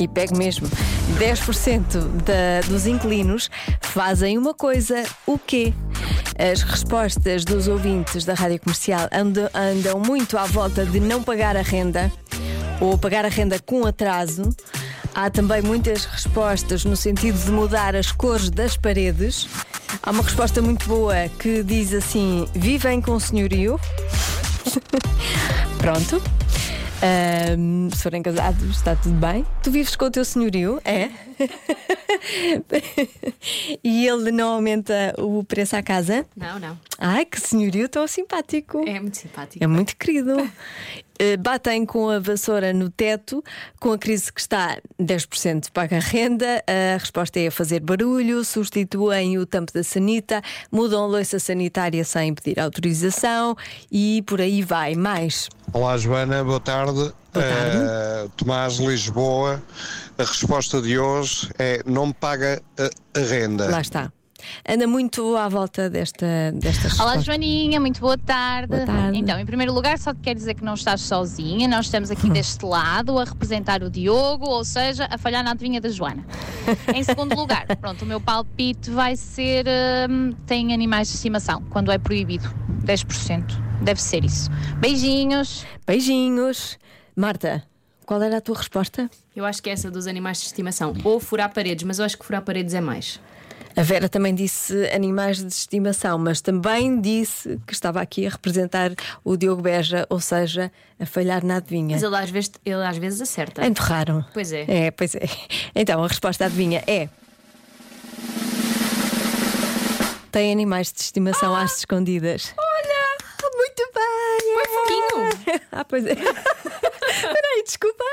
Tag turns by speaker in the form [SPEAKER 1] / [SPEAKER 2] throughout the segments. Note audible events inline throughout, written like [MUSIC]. [SPEAKER 1] E pego mesmo. 10% da, dos inquilinos fazem uma coisa, o quê? As respostas dos ouvintes da rádio comercial andam, andam muito à volta de não pagar a renda ou pagar a renda com atraso. Há também muitas respostas no sentido de mudar as cores das paredes. Há uma resposta muito boa que diz assim: vivem com senhorio. Pronto. Ahm, se forem casados, está tudo bem. Tu vives com o teu senhorio? É. [LAUGHS] e ele não aumenta o preço à casa?
[SPEAKER 2] Não, não.
[SPEAKER 1] Ai, que senhorio tão simpático.
[SPEAKER 2] É muito simpático.
[SPEAKER 1] É muito querido. Eh, Batem com a vassoura no teto, com a crise que está, 10% paga a renda, a resposta é fazer barulho, substituem o tampo da sanita, mudam a louça sanitária sem pedir autorização e por aí vai. Mais.
[SPEAKER 3] Olá Joana, boa tarde.
[SPEAKER 1] Boa tarde.
[SPEAKER 3] Eh, Tomás Lisboa, a resposta de hoje é não me paga a, a renda.
[SPEAKER 1] Lá está. Anda muito à volta desta, destas
[SPEAKER 4] Olá,
[SPEAKER 1] respostas.
[SPEAKER 4] Joaninha, muito boa tarde.
[SPEAKER 1] Boa tarde.
[SPEAKER 4] Então, em primeiro lugar, só te quero dizer que não estás sozinha, nós estamos
[SPEAKER 1] Hum.
[SPEAKER 4] aqui deste lado a representar o Diogo, ou seja, a falhar na adivinha da Joana. Em
[SPEAKER 1] [LAUGHS]
[SPEAKER 4] segundo lugar, pronto, o meu palpite vai ser: hum, tem animais de estimação, quando é proibido, 10%. Deve ser isso. Beijinhos.
[SPEAKER 1] Beijinhos. Marta, qual era a tua resposta?
[SPEAKER 2] Eu acho que é essa dos animais de estimação. Ou furar paredes, mas eu acho que furar paredes é mais.
[SPEAKER 1] A Vera também disse animais de estimação, mas também disse que estava aqui a representar o Diogo Beja, ou seja, a falhar na adivinha.
[SPEAKER 2] Mas ele às vezes, ele às vezes acerta.
[SPEAKER 1] Enterraram.
[SPEAKER 2] Pois é.
[SPEAKER 1] É, pois é. Então, a resposta à adivinha é. Tem animais de estimação
[SPEAKER 2] Ah!
[SPEAKER 1] às escondidas. Olha! Muito bem! Foi
[SPEAKER 2] fofinho.
[SPEAKER 1] [LAUGHS] Ah, pois é. Peraí, desculpa.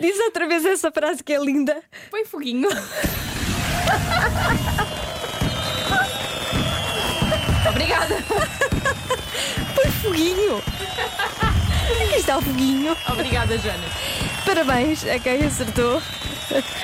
[SPEAKER 1] Diz outra vez essa frase que é linda.
[SPEAKER 2] Põe foguinho. [LAUGHS] Obrigada.
[SPEAKER 1] Põe foguinho.
[SPEAKER 2] [LAUGHS]
[SPEAKER 1] Aqui está o foguinho.
[SPEAKER 2] Obrigada, Joana.
[SPEAKER 1] Parabéns a quem acertou.